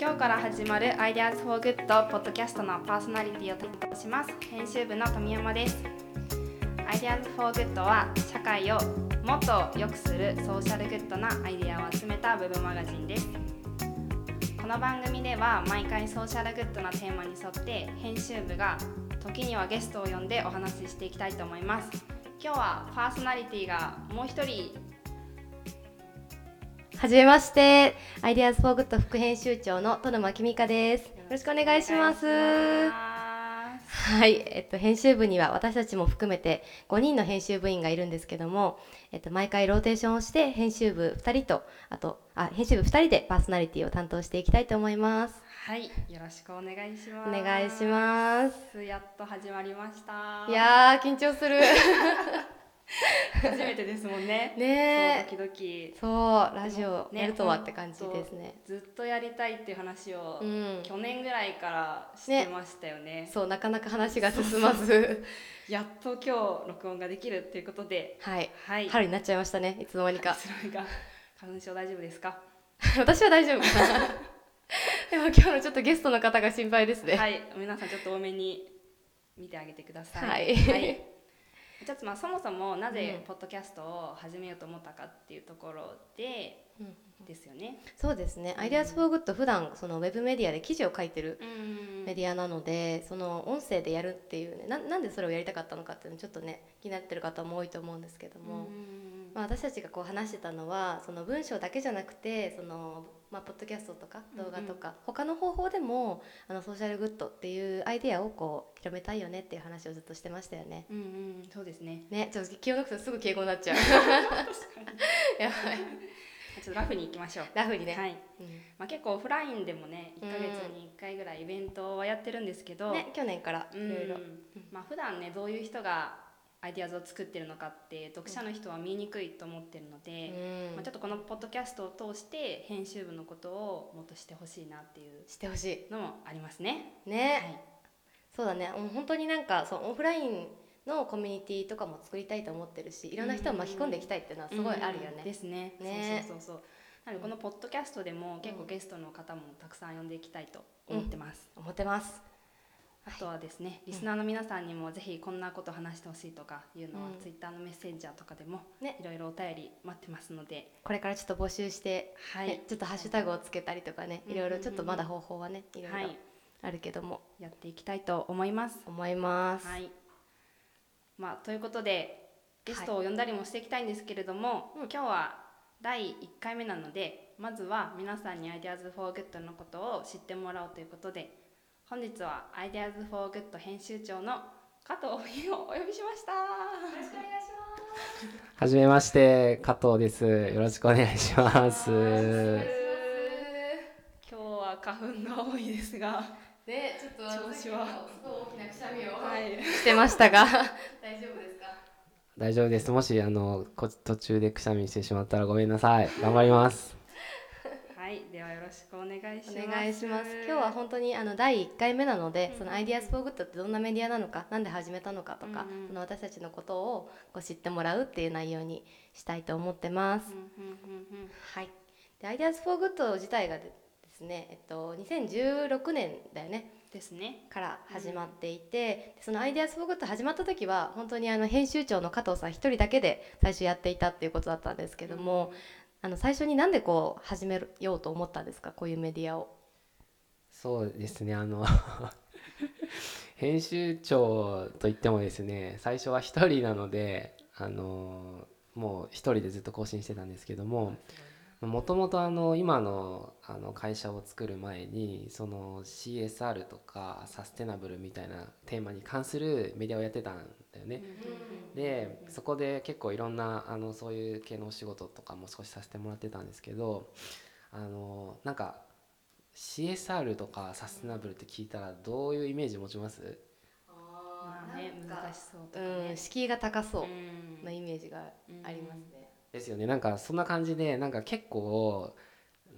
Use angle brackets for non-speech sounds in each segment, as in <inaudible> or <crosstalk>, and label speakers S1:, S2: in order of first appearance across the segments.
S1: 今日から始まるアイデアズフォーグッドポッドキャストのパーソナリティを担当します編集部の富山ですアイデアズフォーグッドは社会をもっと良くするソーシャルグッドなアイデアを集めたウェブマガジンですこの番組では毎回ソーシャルグッドなテーマに沿って編集部が時にはゲストを呼んでお話ししていきたいと思います今日はパーソナリティがもう一人
S2: はじめまして、アイデアズフォーグッド副編集長の戸沼きみかです。よろしくお願いします。はい、えっと編集部には私たちも含めて5人の編集部員がいるんですけども、えっと毎回ローテーションをして編集部2人とあとあ編集部2人でパーソナリティを担当していきたいと思います。
S1: はい、よろしくお願いしま
S2: お
S1: す。
S2: 願いします。
S1: す。やっと始まりました。
S2: いやー緊張 <laughs> する。
S1: 初めてですもんね。
S2: ね
S1: そうドキドキ。
S2: そうラジオやるとはって感じですね。
S1: ずっとやりたいっていう話を、
S2: うん。
S1: 去年ぐらいからしてましたよね。
S2: そうなかなか話が進まず、
S1: やっと今日録音ができるっていうことで、
S2: はい。
S1: はい。
S2: 春になっちゃいましたねいつの間にか
S1: つらいが花粉症大丈夫ですか？
S2: <laughs> 私
S1: <laughs>
S2: は大丈夫かなでも今日のちょっとゲストの方が心配ですね
S1: はい、皆さんちょっと多めに見てあげてください。
S2: はい
S1: ちょっとまあそもそもな
S2: う
S1: ぜ
S2: ん
S1: ポッドキャストを始めようと思ったかっていうところで
S2: うん
S1: ですよね。
S2: そうですねアイデアスフォーグッド普段そのウェブメディアで記事を書いてる
S1: うん
S2: メディアなのでその音声でやるっていうねななんでそれをやりたかったのかっていうのちょっとね気になってる方も多いと思うんですけども、まあ、私たちがこう話してたのはその文章だけじゃなくてその、まあ、ポッドキャストとか動画とか、他の方法でもあのソーシャルグッドっていうアイデアをこう広めたいよねっていう話をずっとしてましたよね。
S1: うんうん、そうですね。
S2: ね、ちょっと気を抜くとすぐ敬語になっちゃう。やばい。
S1: ちょっとラフに行きましょう。
S2: ラフにね。
S1: はい。
S2: うん
S1: まあ結構オフラインでもね、1
S2: うん
S1: ヶ月に1回ぐらいイベントはやってるんですけど、
S2: ね、去年から
S1: う
S2: い
S1: ん
S2: ろいろ。
S1: まあ普段ねどういう人がアイデアズを作ってるのかって読者の人は見にくいと思ってるので。
S2: うん
S1: まあ、ちょっとこのポッドキャストを通して編集部のことをもっとしてほしいなっていう
S2: してほし
S1: のもありますね。
S2: い。
S1: は
S2: ね、
S1: い、
S2: そうだね。もう本当になんかそうオフラインのコミュニティとかも作りたいと思ってるし、いろんな人を巻き込んでいきたいっていうのはすごいあるよ
S1: うん
S2: ね。
S1: ですね。
S2: ね
S1: そうそうそうそう。なのでこのポッドキャストでも結構ゲストの方もたくさん呼んでいきたいと思ってます。
S2: 思ってます。
S1: あとはですね、リスナーの皆さんにもぜひこんなこと話してほしいとかいうのは、
S2: うん
S1: ツイッターのメッセンジャーとかでも
S2: ね
S1: いろいろお便り待ってますので、
S2: これからちょっと募集して、
S1: はい、
S2: ねちょっとハッシュタグをつけたりとかね、
S1: うん
S2: いろいろちょっとまだ方法はね、いろ
S1: はい
S2: ろ
S1: い、
S2: あるけども
S1: やっていきたいと思います。
S2: 思います。
S1: はい。まあということでゲストを呼んだりもしていきたいんですけれども、
S2: うん
S1: 今日は第1回目なのでまずは皆さんにアイデアズフォーグッドのことを知ってもらおうということで本日はアイデアズフォーグッド編集長の加藤美をお呼びしました。
S3: はじめまして、加藤です。よろしくお願いします。
S1: 今日は花粉が多いですが、
S2: ね、ちょっと
S1: あの調子は
S2: すごい大きなくしゃみを
S1: はい、
S2: してましたが大丈夫ですか
S3: 大丈夫です。もし、あの、こ途中でくしゃみしてしまったらごめんなさい。頑張ります。
S1: はい、ではよろしくお願いします。
S2: お願いします今日は本当にあの第1回目なので、
S1: うん
S2: そのアイディアスフォーグッドってどんなメディアなのかなんで始めたのかとか、
S1: うんうん
S2: その私たちのことをこう知ってもらうっていう内容にしたいと思ってます、
S1: うんうんうんうん
S2: はいでアイディアスフォーグッド自体がでですね、えっと、2016年だよね
S1: ですね。
S2: から始まっていて、そのアイデアスフォーグッド始まった時は本当にあの編集長の加藤さん一人だけで最初やっていたっていうことだったんですけども、あの最初になんでこう始めようと思ったんですかこういうメディアを。
S3: そうですね、あの、 <laughs> 編集長といってもですね、最初は一人なので、あの、もう一人でずっと更新してたんですけども、もともとあの今のあの会社を作る前にその CSR とかサステナブルみたいなテーマに関するメディアをやってたんだよ
S1: うん
S3: ね
S1: う。んうん
S3: でそこで結構いろんなあのそういう系のお仕事とかも少しさせてもらってたんですけどあのなんか CSR とかサステナブルって聞いたらどういうイメージ持ちます
S1: まあね、難しそうとか
S2: う
S1: ね
S2: ん、。敷居が高そううんなイメージがありますね。
S3: ですよねなんかそんな感じでなんか結構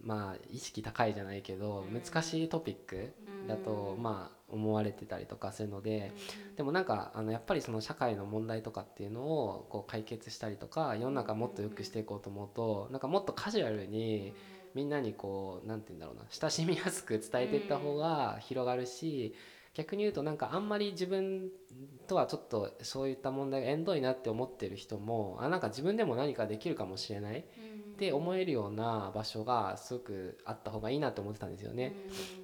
S3: まあ意識高いじゃないけど
S1: うん
S3: 難しいトピックだと、
S1: うん
S3: まあ思われてたりとかするので、でもなんかあのやっぱりその社会の問題とかっていうのをこう解決したりとか世の中もっと良くしていこうと思うと、なんかもっとカジュアルにみんなにこうなんて言うんだろうな親しみやすく伝えていった方が広がるし、逆に言うとなんかあんまり自分とはちょっとそういった問題が縁遠いなって思ってる人もあなんか自分でも何かできるかもしれないって思えるような場所がすごくあった方がいいなと思ってたんですよね。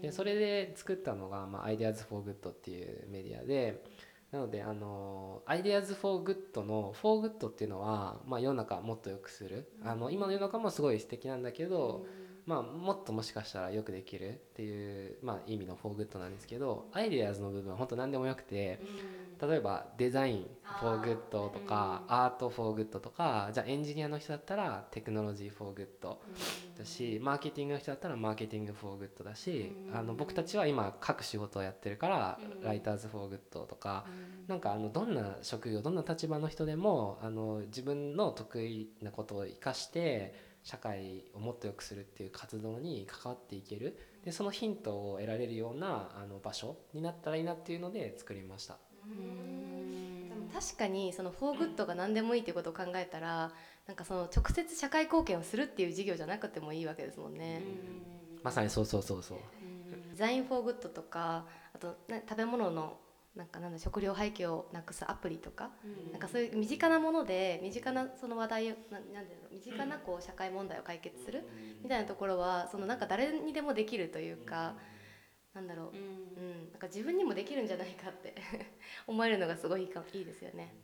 S3: でそれで作ったのが、まあ、Ideas for Good っていうメディアでなのであの Ideas for Good の for good っていうのは、まあ、世の中もっと良くするあの今の世の中もすごい素敵なんだけど、まあ、もっともしかしたらよくできるっていう、まあ、意味の for good なんですけど Ideas の部分は本当何でもよくて。例えばデザインフォーグッドとかアートフォーグッドとかじゃあエンジニアの人だったらテクノロジーフォーグッドだしマーケティングの人だったらマーケティングフォーグッドだし
S2: うん
S3: あの僕たちは今各仕事をやってるから
S2: うん
S3: ライターズフォーグッドとかなんかあのどんな職業どんな立場の人でもあの自分の得意なことを生かして社会をもっと良くするっていう活動に関わっていけるでそのヒントを得られるようなあの場所になったらいいなっていうので作りました。
S2: でも確かにそのフォーグッドが何でもいいっていうことを考えたらなんかその直接社会貢献をするっていう事業じゃなくてもいいわけですもんね。
S3: まさにそうそうそうそう。
S2: デザインフォーグッドとかあとな食べ物のなんかなんだ食料廃棄をなくすアプリとかなんかそういう身近なもので身近なその話題をななんていうの身近なこう社会問題を解決するみたいなところはそのなんか誰にでもできるというかなんだろううん、なんか自分にもできるんじゃないかって <laughs> 思えるのがすごいいいかいいですよね。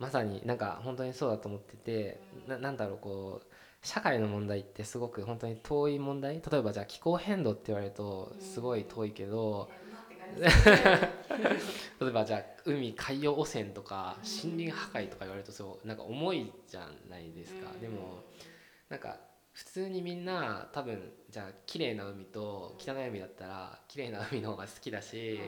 S3: まさになんか本当にそうだと思ってて、ななんだろうこう社会の問題ってすごく本当に遠い問題例えばじゃあ気候変動って言われるとすごい遠いけど、例えばじゃあ海海洋汚染とか森林破壊とか言われるとすごいなんか重いじゃないですか、でもなんか普通にみんな多分じゃあ綺麗な海と汚い海だったら綺麗な海の方が好きだし、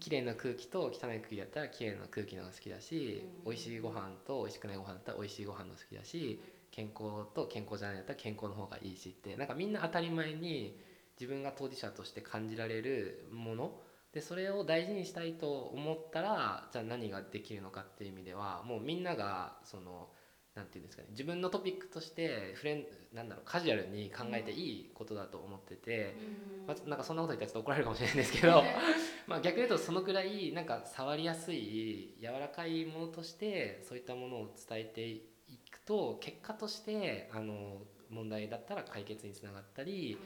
S3: 綺麗な空気と汚い空気だったら綺麗な空気の方が好きだし、美味しいご飯と美味しくないご飯だったら美味しいご飯の好きだし健康と健康じゃないんだったら健康の方がいいしってなんかみんな当たり前に自分が当事者として感じられるものでそれを大事にしたいと思ったらじゃあ何ができるのかっていう意味ではもうみんながそのなんていうんですかね自分のトピックとしてフレンなんだろうカジュアルに考えていいことだと思ってて、まあ、ちょっとなんかそんなこと言ったらちょっと怒られるかもしれないんですけど <laughs> まあ逆に言うとそのくらいなんか触りやすい柔らかいものとしてそういったものを伝えていくと結果としてあの問題だったら解決につながったり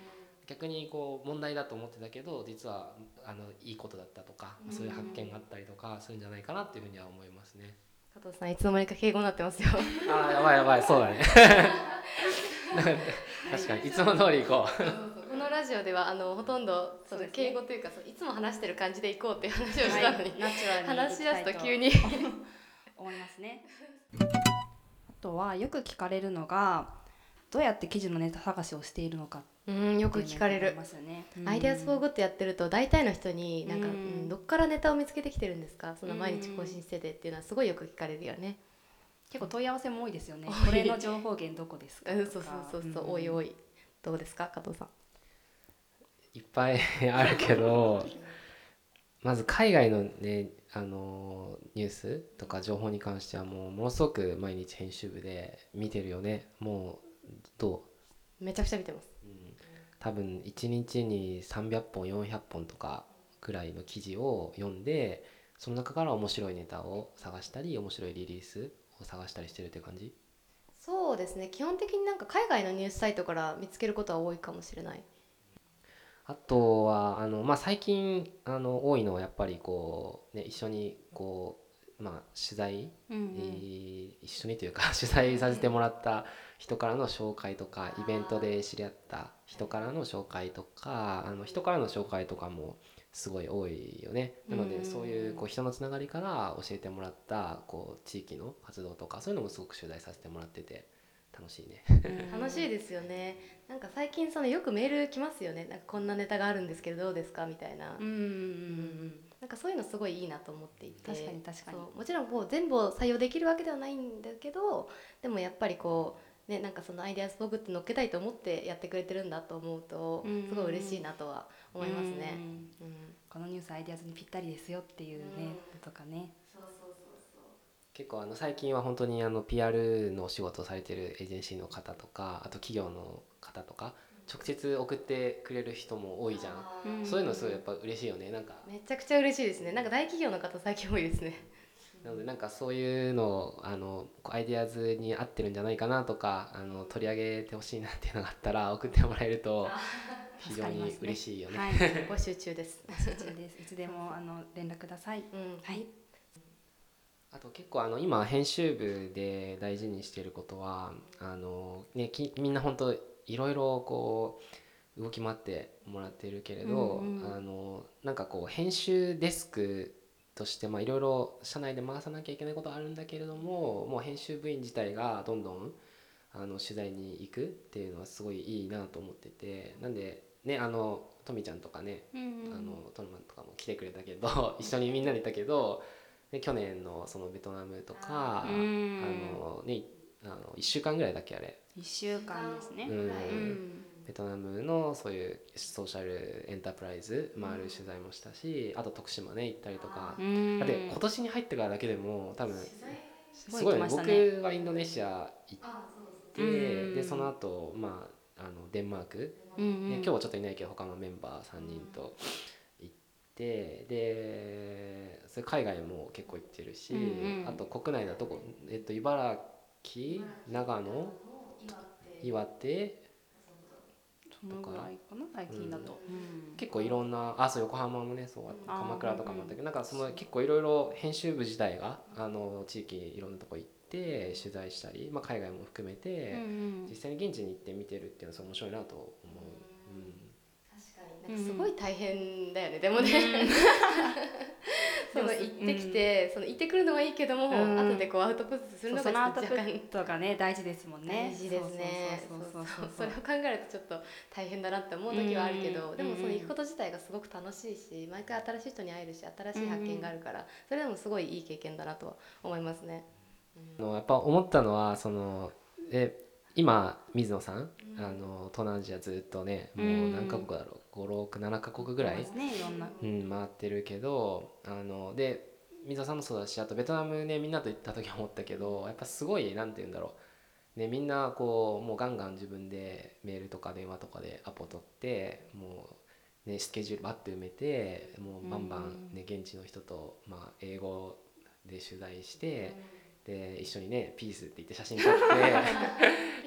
S3: 逆にこう問題だと思ってたけど実はあのいいことだったとか
S2: うん
S3: そういう発見があったりとかするんじゃないかなっていうふうには思いますね。
S2: 加藤さんいつの間にか敬語になってますよ。
S3: あーやばいやばいそうだね <laughs> 確かにいつも通りこう
S2: このラジオではあのほとんどそ
S1: そう
S2: の
S1: ですね
S2: 敬語というかそのいつも話してる感じでいこうっていう話をしたのに、
S1: ナチュラルに
S2: 話し出すと急
S1: に
S2: に。
S1: 思いますねあとはよく聞かれるのがどうやって記事のネタ探しをしているのか
S2: <laughs> うんよく聞かれ
S1: っていう
S2: る
S1: のがあり。ますよね
S2: アイデアスフォーグッドやってると大体の人になんか、
S1: うん
S2: うんどっからネタを見つけてきてるんですかその毎日
S1: うん
S2: 更新しててっていうのはすごいよく聞かれるよね。
S1: 結構問い合わせも多いですよね
S2: 多い
S1: これの情報源どこですか
S2: うんそうそうそうそう、おいお
S1: い
S2: いどうですか加藤さん。
S3: いっぱいあるけどまず海外のねあのニュースとか情報に関してはもうものすごく毎日編集部で見てるよねもうど
S2: めちゃくちゃ見てます。
S3: う、うん多分1日に300本400本とかくらいの記事を読んでその中から面白いネタを探したり面白いリリースを探したりしてるって感じ
S2: そうですね基本的になんか海外のニュースサイトから見つけることは多いかもしれない
S3: あとはあの、まあ、最近あの多いのはやっぱりこう、ね、一緒にこう、まあ、取材、
S1: うん
S3: えー一緒にというか <laughs> 取材させてもらった人からの紹介とかイベントで知り合った人からの紹介とかあの人からの紹介とかもすごい多いよねなの
S2: うん
S3: でそういうこう人のつながりから教えてもらったこう地域の活動とかそういうのもすごく取材させてもらってて楽しいね。 <laughs>
S1: うん
S2: 楽しいですよねなんか最近そのよくメール来ますよねなんかこんなネタがあるんですけどどうですかみたいな、
S1: うんうんうん
S2: なんかそういうのすごいいいなと思っていて
S1: 確かに確かに
S2: そうもちろんこう全部を採用できるわけではないんだけどでもやっぱりこうねなんかそのアイデアスポグって乗っけたいと思ってやってくれてるんだと思うと
S1: うん
S2: すごい嬉しいなとは思います
S1: う
S2: ね、
S1: ん
S2: うん
S1: このニュースアイデアズにぴったりですよっていうね
S2: うん
S1: とかね
S2: そうそうそ
S3: 結構あの最近は本当にあの PR のお仕事をされてるエージェンシーの方とかあと企業の方とか直接送ってくれる人も多いじゃん、
S2: あ
S1: う
S2: ー
S1: ん
S3: そういうのすごいやっぱ嬉しいよねなんか
S2: めちゃくちゃ嬉しいですねなんか大企業の方最近多いです
S1: <laughs>
S2: ね
S3: なのでなんかそういうのをあのこうアイデアズに合ってるんじゃないかなとかあの取り上げてほしいなっていうのがあったら送ってもらえると非常に嬉しいよ
S2: <laughs>
S3: ね。
S1: はい、
S2: 募集中です、
S1: 集中です。いつでもあの連絡ください。
S2: うん、
S1: はい。
S3: あと結構あの今編集部で大事にしていることはあの、ね、きみんな本当いろいろこう動き回ってもらってるけれど、
S1: うんうん
S3: あのなんかこう編集デスクとしてまあいろいろ社内で回さなきゃいけないことはあるんだけれどももう編集部員自体がどんどんあの取材に行くっていうのはすごいいいなと思っててなんでねあのとみちゃんとかね
S1: うんうん
S3: あのトルマンとかも来てくれたけど一緒にみんなでいたけどで去年のそのベトナムとかあ
S1: う
S3: の、ね、あの1週間ぐらいだっけあれ
S1: 一週間ですね。
S3: うん
S2: はい
S1: うん
S3: ベトナムのそういうソーシャルエンタープライズ回る取材もしたしあと徳島ね行ったりとか
S1: う。ん。
S3: だって今年に入ってからだけでも多分す
S1: す
S3: ご
S1: ご
S3: い
S1: い
S3: ね
S1: 行きましたね
S3: 僕はインドネシア行
S2: あそうです
S3: って、
S1: うん
S3: でその後、まああのデンマーク
S1: うんうん
S3: ね、今日はちょっといないけど他のメンバー3人と行って、でそれ海外も結構行ってるし、
S1: うんうん
S3: あと国内だとこ、えっと、茨城長野岩手
S1: そのぐらいかな最近だと。うん
S3: 結構いろんなあそう横浜もねそうあった
S1: あー
S3: 鎌倉とかもあったけどなんかその結構いろいろ編集部自体があの地域いろんなとこ行って取材したり、まあ、海外も含めて、
S1: うん
S3: 実際に現地に行って見てるっていうのはすごい面白いなと思う。うん
S2: 確かになんかすごい大変だよね、でもね、 <laughs> その
S1: でも
S2: 行ってきて、その行ってくるのはいいけども、
S1: うん
S2: 後でこうアウトプットす
S1: う
S2: る
S1: ん。そうそ
S2: のがち
S1: の
S2: ょ
S1: ア
S2: っ
S1: ウ
S2: と
S1: トプ
S2: 若干
S1: ットがね大事ですもんね。
S2: 大事ですね
S1: そう
S2: そ
S1: そううそう
S2: そ
S1: そうう
S2: それを考えるとちょっと大変だなって思う時はあるけど、
S1: うん
S2: でもその
S1: うん
S2: 行くこと自体がすごく楽しいし毎回新しい人に会えるし新しい発見があるから、それでもすごいいい経験だなとは思いま
S1: <laughs>
S2: すね。
S3: あのやっぱ思ったのはそのえ今水野さん、
S2: うん
S3: あの東南アジアずっとねも
S1: う
S3: うん何カ国だろう567カ国ぐら
S1: そうで
S3: い
S1: す、ねいろんな。
S3: うん、回ってるけどあので水野さんもそうだしあとベトナムねみんなと行った時は思ったけどやっぱすごいなんて言うんだろう、ね、みんなこうもうガンガン自分でメールとか電話とかでアポ取ってもう、ね、スケジュールバッて埋めてもうバンバン、ね、現地の人と、まあ、英語で取材して。で一緒にねピースって言って写真撮って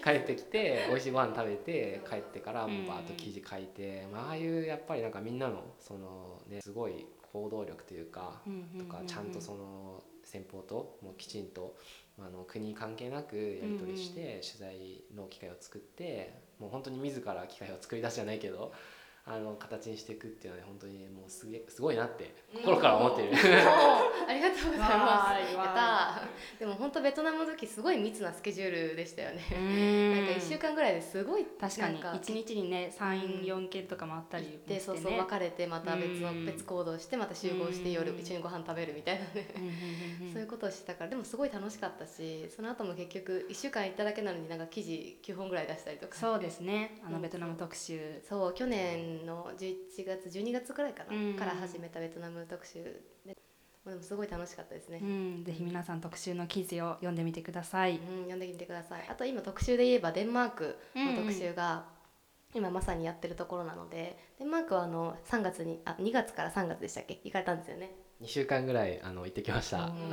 S3: 帰ってきて美味しいご飯食べて帰ってからもうバーッと記事書いて、まあ、ああいうやっぱりなんかみんなのその、ね、すごい行動力というか
S1: うんうんうん
S3: とかちゃんとその先方ともうきちんと、まあ、あの国関係なくやり取りして取材の機会を作ってもう本当に自ら機会を作り出すじゃないけど。あの形にしていくっていうのはね本当にもうすげえすごいなって心から思ってる、
S2: おありがとうご
S1: わー
S2: ざいます。
S1: い
S2: やっ
S1: わーい
S2: たーでも本当ベトナムの時すごい密なスケジュールでしたよね。
S1: うん
S2: なんか一週間ぐらいですごい
S1: 確かに
S2: なん
S1: 一日にね三四件とかもあったりもして
S2: で
S1: ね。
S2: そうそう別れてまた別
S1: う
S2: の
S1: ん
S2: 別行動してまた集合して夜
S1: うん
S2: 一緒にご飯食べるみたいなね
S1: うんうんうんうん
S2: <laughs> そういうことをしてたからでもすごい楽しかったしその後も結局1週間行っただけなのになんか記事9本ぐらい出したりとか
S1: そうですね。あ
S2: う
S1: の
S2: ん
S1: ベトナム特集。
S2: そう去年の11月12月くらいかな、
S1: うん
S2: から始めたベトナム特集ででもすごい楽しかったですね
S1: う、ん、ぜひ皆さん特集の記事を読んでみてください。
S2: うん、読んでみてくださいあと今特集で言えばデンマークの特集が今まさにやってるところなのでデンマークはあの3月にあ2月から3月でしたっけ行かれたんですよね
S3: 2週間ぐらいあの行ってきました、 <laughs>
S2: うん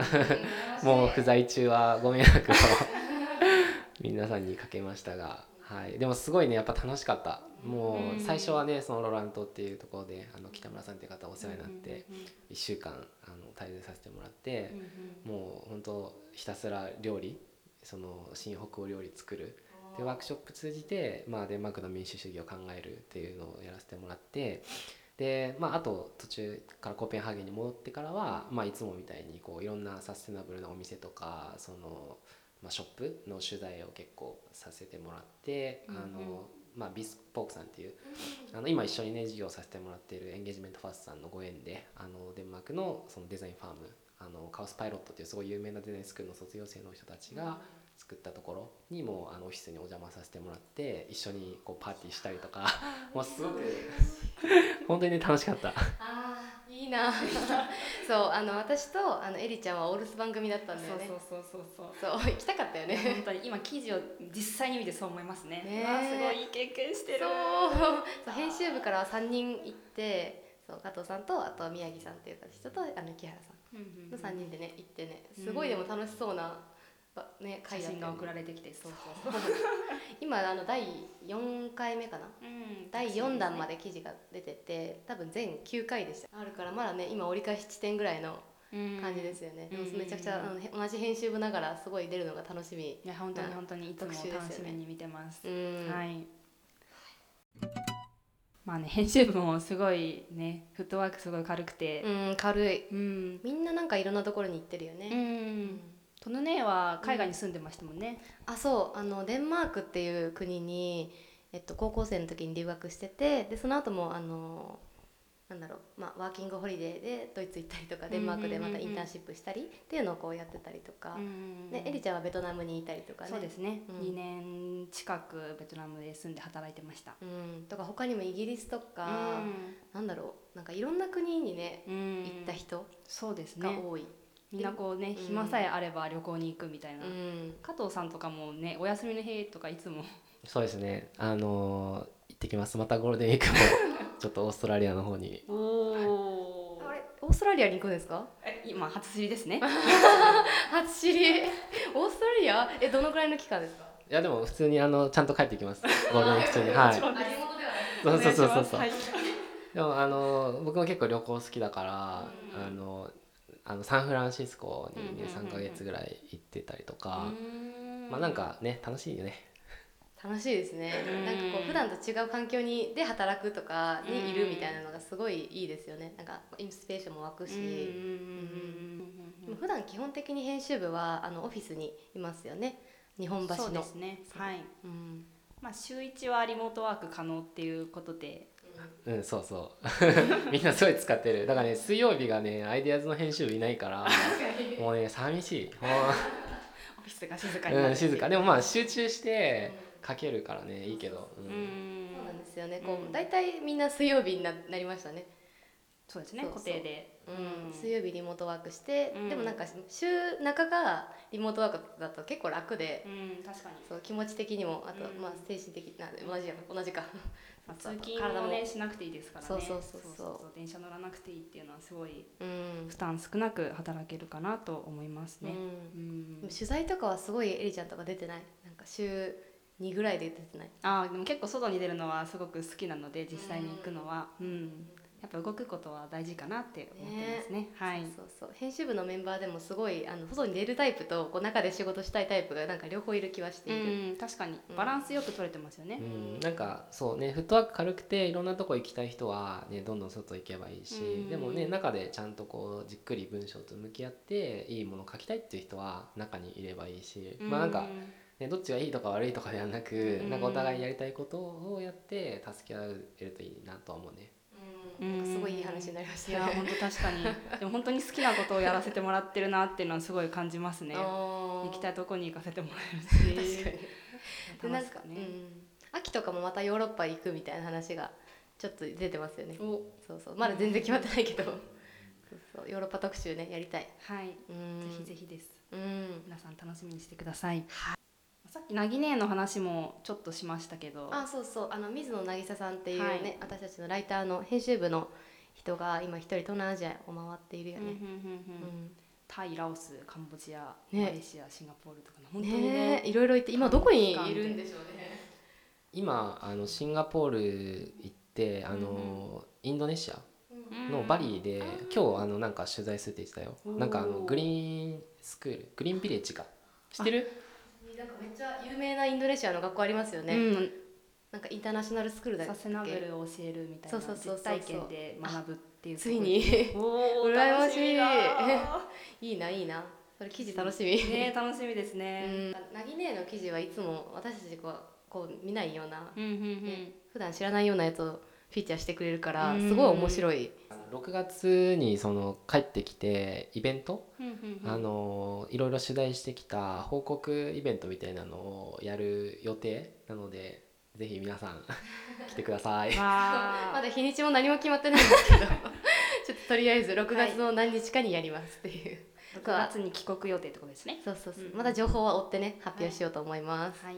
S3: もう不在中はご迷惑を皆さんにかけましたが、はい、でもすごいねやっぱ楽しかったもう最初はねそのロラントっていうところであの北村さんっていう方お世話になって1週間あの滞在させてもらって
S1: うんうん
S3: もう本当ひたすら料理その新北欧料理作るでワークショップ通じて、まあ、デンマークの民主主義を考えるっていうのをやらせてもらってで、まあ、あと途中からコーペンハーゲンに戻ってからは、まあ、いつもみたいにこういろんなサステナブルなお店とかその、まあ、ショップの取材を結構させてもらって、
S1: うんうん
S3: あのまあ、ビスポークさんっていうあの今一緒にね授業させてもらっているエンゲージメントファーストさんのご縁であのデンマークのそのデザインファームあのカオスパイロットっていうすごい有名なデザインスクールの卒業生の人たちが作ったところにもあのオフィスにお邪魔させてもらって一緒に
S1: <laughs>
S3: こうパーティーしたりとかもうすごく本当にね楽しかった。
S2: あーいいいいな <laughs> そうあの私とあのエリちゃんはオールス番組だったんだよね
S1: そうそうそう
S2: <laughs>
S1: そうそう
S2: そう行きたかったよね
S1: 本当に今記事を実際に見てそう思いますね
S2: ねえ
S1: わあすごいいい経験してる
S2: そうそう編集部からは3人行ってそう加藤さんとあとは宮城さんっていう人とあの木原さ
S1: うんうんうん
S2: んの3人でね行ってねすごいでも楽しそうな、ばね、
S1: 写
S2: 会だったよね
S1: 真が送られてきてそうそう
S2: そう今あの第4回目かな
S1: うん
S2: 第4弾まで記事が出てて多分全9回でしたあるからまだね今折り返し地点ぐらいの感じですよね、
S1: うん
S2: でもめちゃくちゃ、
S1: うん
S2: あのへ同じ編集部ながらすごい出るのが楽しみ
S1: いや本当に本当にいつも
S2: 特集ですよね
S1: 楽しみに見てます
S2: うん、
S1: はい。まあね編集部もすごいねフットワークすごい軽くて、
S2: うん軽い
S1: うん、
S2: みんななんかいろんなところに行ってるよ
S1: う
S2: ね、
S1: ん、トヌネは海外に住んでましたもんね。
S2: あそうあのデンマークっていう国に、えっと、高校生の時に留学しててでその後もあのなんだろう、まあ、ワーキングホリデーでドイツ行ったりとかデンマークでまたインターンシップしたりっていうのをこうやってたりとか、
S1: ん
S2: ね、エリちゃんはベトナムにいたりとかね
S1: そうですね、
S2: うん
S1: 2年近くベトナムで住んで働いてました。
S2: うん、とか他にもイギリスとか、
S1: う
S2: なんだろうなんかいろんな国にね
S1: ん、うん
S2: 行った人
S1: そうです
S2: が
S1: ね。
S2: 多い、
S1: みんなこうね
S2: ん
S1: 暇さえあれば旅行に行くみたいな。
S2: うん
S1: 加藤さんとかもねお休みの日とかいつも
S3: そうですねあのー行ってきますまたゴールデンウ
S1: <laughs>
S3: ィークもちょっとオーストラリアの方に
S1: お
S2: あれオーストラリアに行くんですか
S1: 今初知りです
S2: <laughs>
S1: ね。
S2: 初知りオーストラリアえどのくらいの期間ですか
S3: いやでも普通にあのちゃんと帰ってきますゴールデンウィーク中に
S1: あ
S3: はい
S1: そうです
S3: そうそうそ
S1: お
S3: うそうそう
S1: 願いします
S3: でもあの僕も結構旅行好きだから、あのあのサンフランシスコに、ね
S1: うんうんうんうん
S3: 3ヶ月ぐらい行ってたりと
S1: は
S3: か
S1: い、う
S3: まあなんかね楽しいよね
S2: 楽しいですね
S1: うん
S2: なんかこう普段と違う環境にで働くとかにいるみたいなのがすごいいいですよねなんかインスピレーションも湧く
S1: うん
S2: し、
S1: うん
S2: でも普段基本的に編集部はあのオフィスにいますよね日
S1: う
S2: 本
S1: んうん
S2: 橋
S1: そうで
S2: の
S1: すねはい
S2: うん
S1: まあ週一はリモートワーク可能っていうことで
S3: うんそうそう <laughs> みんなすごい使ってるだからね水曜日がねアイデアズの編集部いないからもうね寂しいも
S1: オフィスが静か
S3: う、
S1: にな
S3: う
S1: る
S3: ん、静かでもまあ集中して書けるからねいいけど、う
S1: うんん
S2: そうなんですよね、こ
S1: うん
S2: う大体みんな水曜日にななりましたね、
S1: そうですね
S2: そう
S1: 固
S2: そう
S1: 定で
S2: うん、水曜日リモートワークして、
S1: うん
S2: でもなんか週中がリモートワークだと結構楽で、
S1: うん確かに
S2: そう気持ち的にもあと、
S1: うん
S2: まあ精神的な同じや同じか
S1: まあ
S2: そう
S1: 通勤もねしなくていいですからね
S2: そうそうそうそう
S1: 電車乗らなくていいっていうのはすごい
S2: うん、
S1: 負担少なく働けるかなと思います
S2: う
S1: ね
S2: ん
S1: う
S2: で
S1: ん
S2: も取材とかはすごいエリちゃんとか出てないなんか週2ぐらいで出てない
S1: あーでも結構外に出るのはすごく好きなので実際に行くのは、うんやっぱ動くことは大事かなって思ってますねはい
S2: そうそう編集部のメンバーでもすごいあの外に出るタイプとこう中で仕事したいタイプがなんか両方いる気はしている、
S1: うん、確かに
S2: うん
S1: バランスよく取れてますよね
S3: う、ん、なんかそうねフットワーク軽くていろんなとこ行きたい人は、ね、どんどん外行けばいいし、
S1: うん
S3: でもね中でちゃんとこうじっくり文章と向き合っていいものを書きたいっていう人は中にいればいいし、まあなんか、ね、どっちがいいとか悪いとかではなく、
S1: ん
S3: なんかお互いやりたいことをやって助け合えるといいなとは思うね。
S2: うんなんかすごいいい話になりまし
S1: い
S2: た
S1: や
S2: ね
S1: 本当確かにでも本当に好きなことをやらせてもらってるなっていうのはすごい感じます
S2: <laughs>
S1: ね
S2: 行
S1: 行きた
S2: い
S1: いとこに行かせてもらえるし
S2: 確かにでなん
S1: 楽し
S2: か
S1: く、
S2: う
S1: ね
S2: ん、秋とかもまたヨーロッパ行くみたいな話がちょっと出てますよね
S1: お
S2: そうそうまだ全然決まってないけどそうそうヨーロッパ特集ねやりたい
S1: はい、
S2: うん
S1: ぜひぜひです
S2: うん
S1: 皆さん楽しみにしてください、さっきなぎねえの話もちょっとしましたけど
S2: あそうそうあの水野渚さんっていうね、
S1: はい
S2: 私たちのライターの編集部の人が今一人東南アジアを回っているよ
S1: うんうん
S2: ね、
S1: うんうん
S2: うん
S1: タイラオスカンボジア、
S2: ね
S1: マレーシアシンガポールとかの本当にね
S2: ねえいろいろ行って今どこにいるんでしょうね
S3: 今あのシンガポール行ってあの、インドネシアのバリーで、今日あのなんか取材するって言ってたよ
S1: おー
S3: なんかあのグリーンスクールグリーンビレッジか知ってる
S2: なんかめっちゃ有名なインドネシアの学校ありますよね、
S1: うん
S2: なんかインターナショナルスクールだっけ
S1: サステナブルを教えるみたいな
S2: そうそうそうそう
S1: 実体験で学ぶっていう
S2: ついに
S1: おお
S2: 羨ましい
S1: だ
S2: いいないいなそれ記事楽しみ、 <laughs>
S1: ね楽しみですね
S2: なぎねえの記事はいつも私たちこうこう見ないような、
S1: うんうん
S2: ね普段知らないようなやつをフィーチャーしてくれるから
S1: うん
S2: すごい面白い、
S3: 6月にその帰ってきてイベント、
S1: うんうんうん
S3: あのいろいろ取材してきた報告イベントみたいなのをやる予定なので
S1: <laughs>
S3: ぜひ皆さん来てください。
S1: わ
S2: <laughs> ま
S1: あ
S2: だ日にちも何も決まってないんですけど <laughs> ちょっととりあえず6月の何日かにやりますっていう、
S1: 6月に帰国予定ってことですね
S2: そうそうそう、
S1: うん
S2: まだ情報は追ってね発表しようと思います、
S1: はい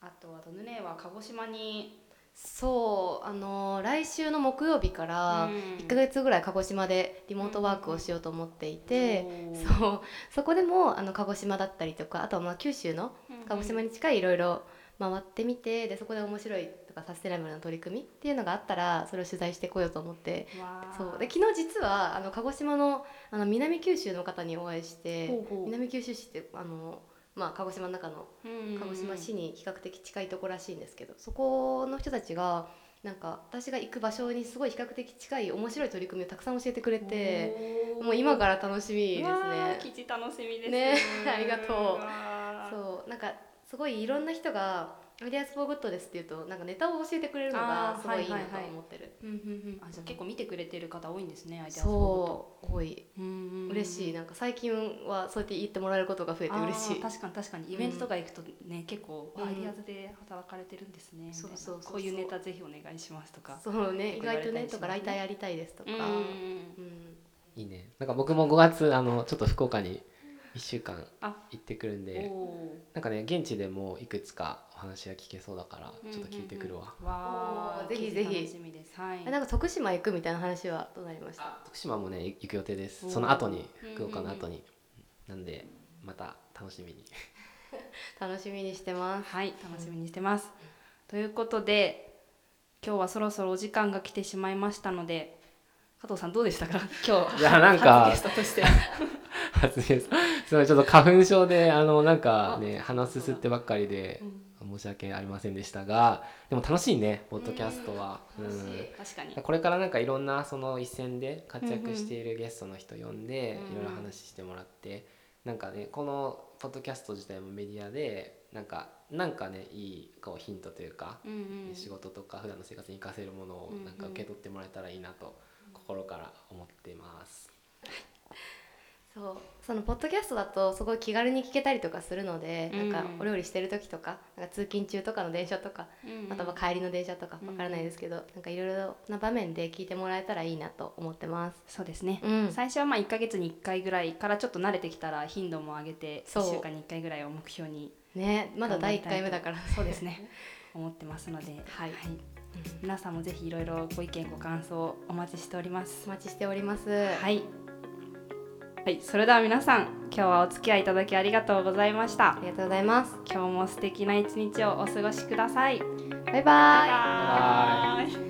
S1: あとはドヌネは鹿児島に
S2: そうあのー来週の木曜日から
S1: うん
S2: 1ヶ月ぐらい鹿児島でリモートワークをしようと思っていて、
S1: おー
S2: そうそこでもあの鹿児島だったりとかあとはまあ九州の鹿児島に近いいろいろ回ってみてでそこで面白いとかサステナブルな取り組みっていうのがあったらそれを取材してこようと思って
S1: わー
S2: そうで昨日実はあの鹿児島のあの南九州の方にお会いして
S1: ほうほう
S2: 南九州市ってあの、まあ、鹿児島の中の
S1: うん
S2: 鹿児島市に比較的近いとこらしいんですけどそこの人たちがなんか私が行く場所にすごい比較的近い面白い取り組みをたくさん教えてくれてもう今から楽しみ
S1: い
S2: ですね。
S1: 基地楽しみです
S2: ね <laughs> ありがとう
S1: わー
S2: そうなんかすごいいろんな人が「アイデアスポーグッドです」っていうとなんかネタを教えてくれるの
S1: あ
S2: が
S1: ー
S2: すごいいいな
S1: はい
S2: と
S1: はいはい
S2: 思ってる、
S1: うんうんうんあじゃあ結構見てくれてる方多いんですね相手
S2: そう多い
S1: うんうんうん
S2: 嬉しいなんか最近はそうやって言ってもらえることが増えて嬉し
S1: あー
S2: い
S1: 確かに確かにイベントとか行くとね、結構
S2: うん
S1: アイディアズで働かれてるんですね、みたいな
S2: そうそうそうそう
S1: こういうネタぜひお願いしますとか
S2: そう
S1: よ
S2: ね意
S1: く言われ
S2: 外
S1: たりし
S2: とね
S1: ますね
S2: とかライターやりたいですとか
S1: うん
S2: うん
S3: いいねなんか僕も5月あのちょっと福岡に1週間行
S1: あ
S3: ってくるん
S1: お
S3: で
S1: お
S3: なんかね現地でもいくつかお話が聞けそうだからちょっと聞いてくるわ、
S1: わー
S2: おーぜひぜひ
S1: 楽しみですはい
S2: あなんか徳島行くみたいな話はどうなりました
S3: あ徳島もね行く予定で
S1: お
S3: す
S1: ー
S3: その後に
S1: うんうんうん
S3: 福岡の後に、なんでまた楽しみに <laughs>
S2: 楽しみにしてます
S1: はい楽しみにしてます、ということで今日はそろそろお時間が来てしまいましたので加藤さんどうでした
S3: <laughs>
S1: か今日
S3: いやなんか
S1: 初ゲストと
S3: <laughs>
S1: して
S3: 発言すすごいちょっと花粉症であのなんかね鼻すすってばっかりで、申し訳ありませんでしたがでも楽しいねポッドキャストは。
S2: 楽し
S3: うん
S2: い
S1: 確かに
S3: これからなんかいろんなその一線で活躍しているゲストの人呼ん
S1: う
S3: で
S1: んうん
S3: いろいろ話してもらってなんかねこのポッドキャスト自体もメディアでなんかなんかねいいこうヒントというか
S1: うんうん
S3: 仕事とか普段の生活に活かせるものを
S1: うんうん
S3: なんか受け取ってもらえたらいいなと心から思ってます。
S2: そうそのポッドキャストだとすごい気軽に聞けたりとかするので、
S1: うん
S2: なんかお料理してる時とかなんか通勤中とかの電車とか、
S1: うん
S2: または帰りの電車とか
S1: うん
S2: わからないですけど、なんかいろいろな場面で聞いてもらえたらいいなと思ってます。
S1: そうですね、
S2: うん
S1: 最初はまあ1ヶ月に1回ぐらいからちょっと慣れてきたら頻度も上げて
S2: そう
S1: 1週間に1回ぐらいを目標に
S2: ねまだ第1
S1: 頑張
S2: 回
S1: りた
S2: 目
S1: いと
S2: だから
S1: そうですね
S2: <laughs>
S1: 思ってますので、はい皆さんもぜひいろいろご意見ご感想お待ちしております
S2: お。待ちしております。
S1: はい、はい、それでは皆さん今日はお付き合いいただきありがとうございました
S2: ありがとうございます。
S1: 今日も素敵な一日をお過ごしください
S2: バイバイ。
S1: バイバイ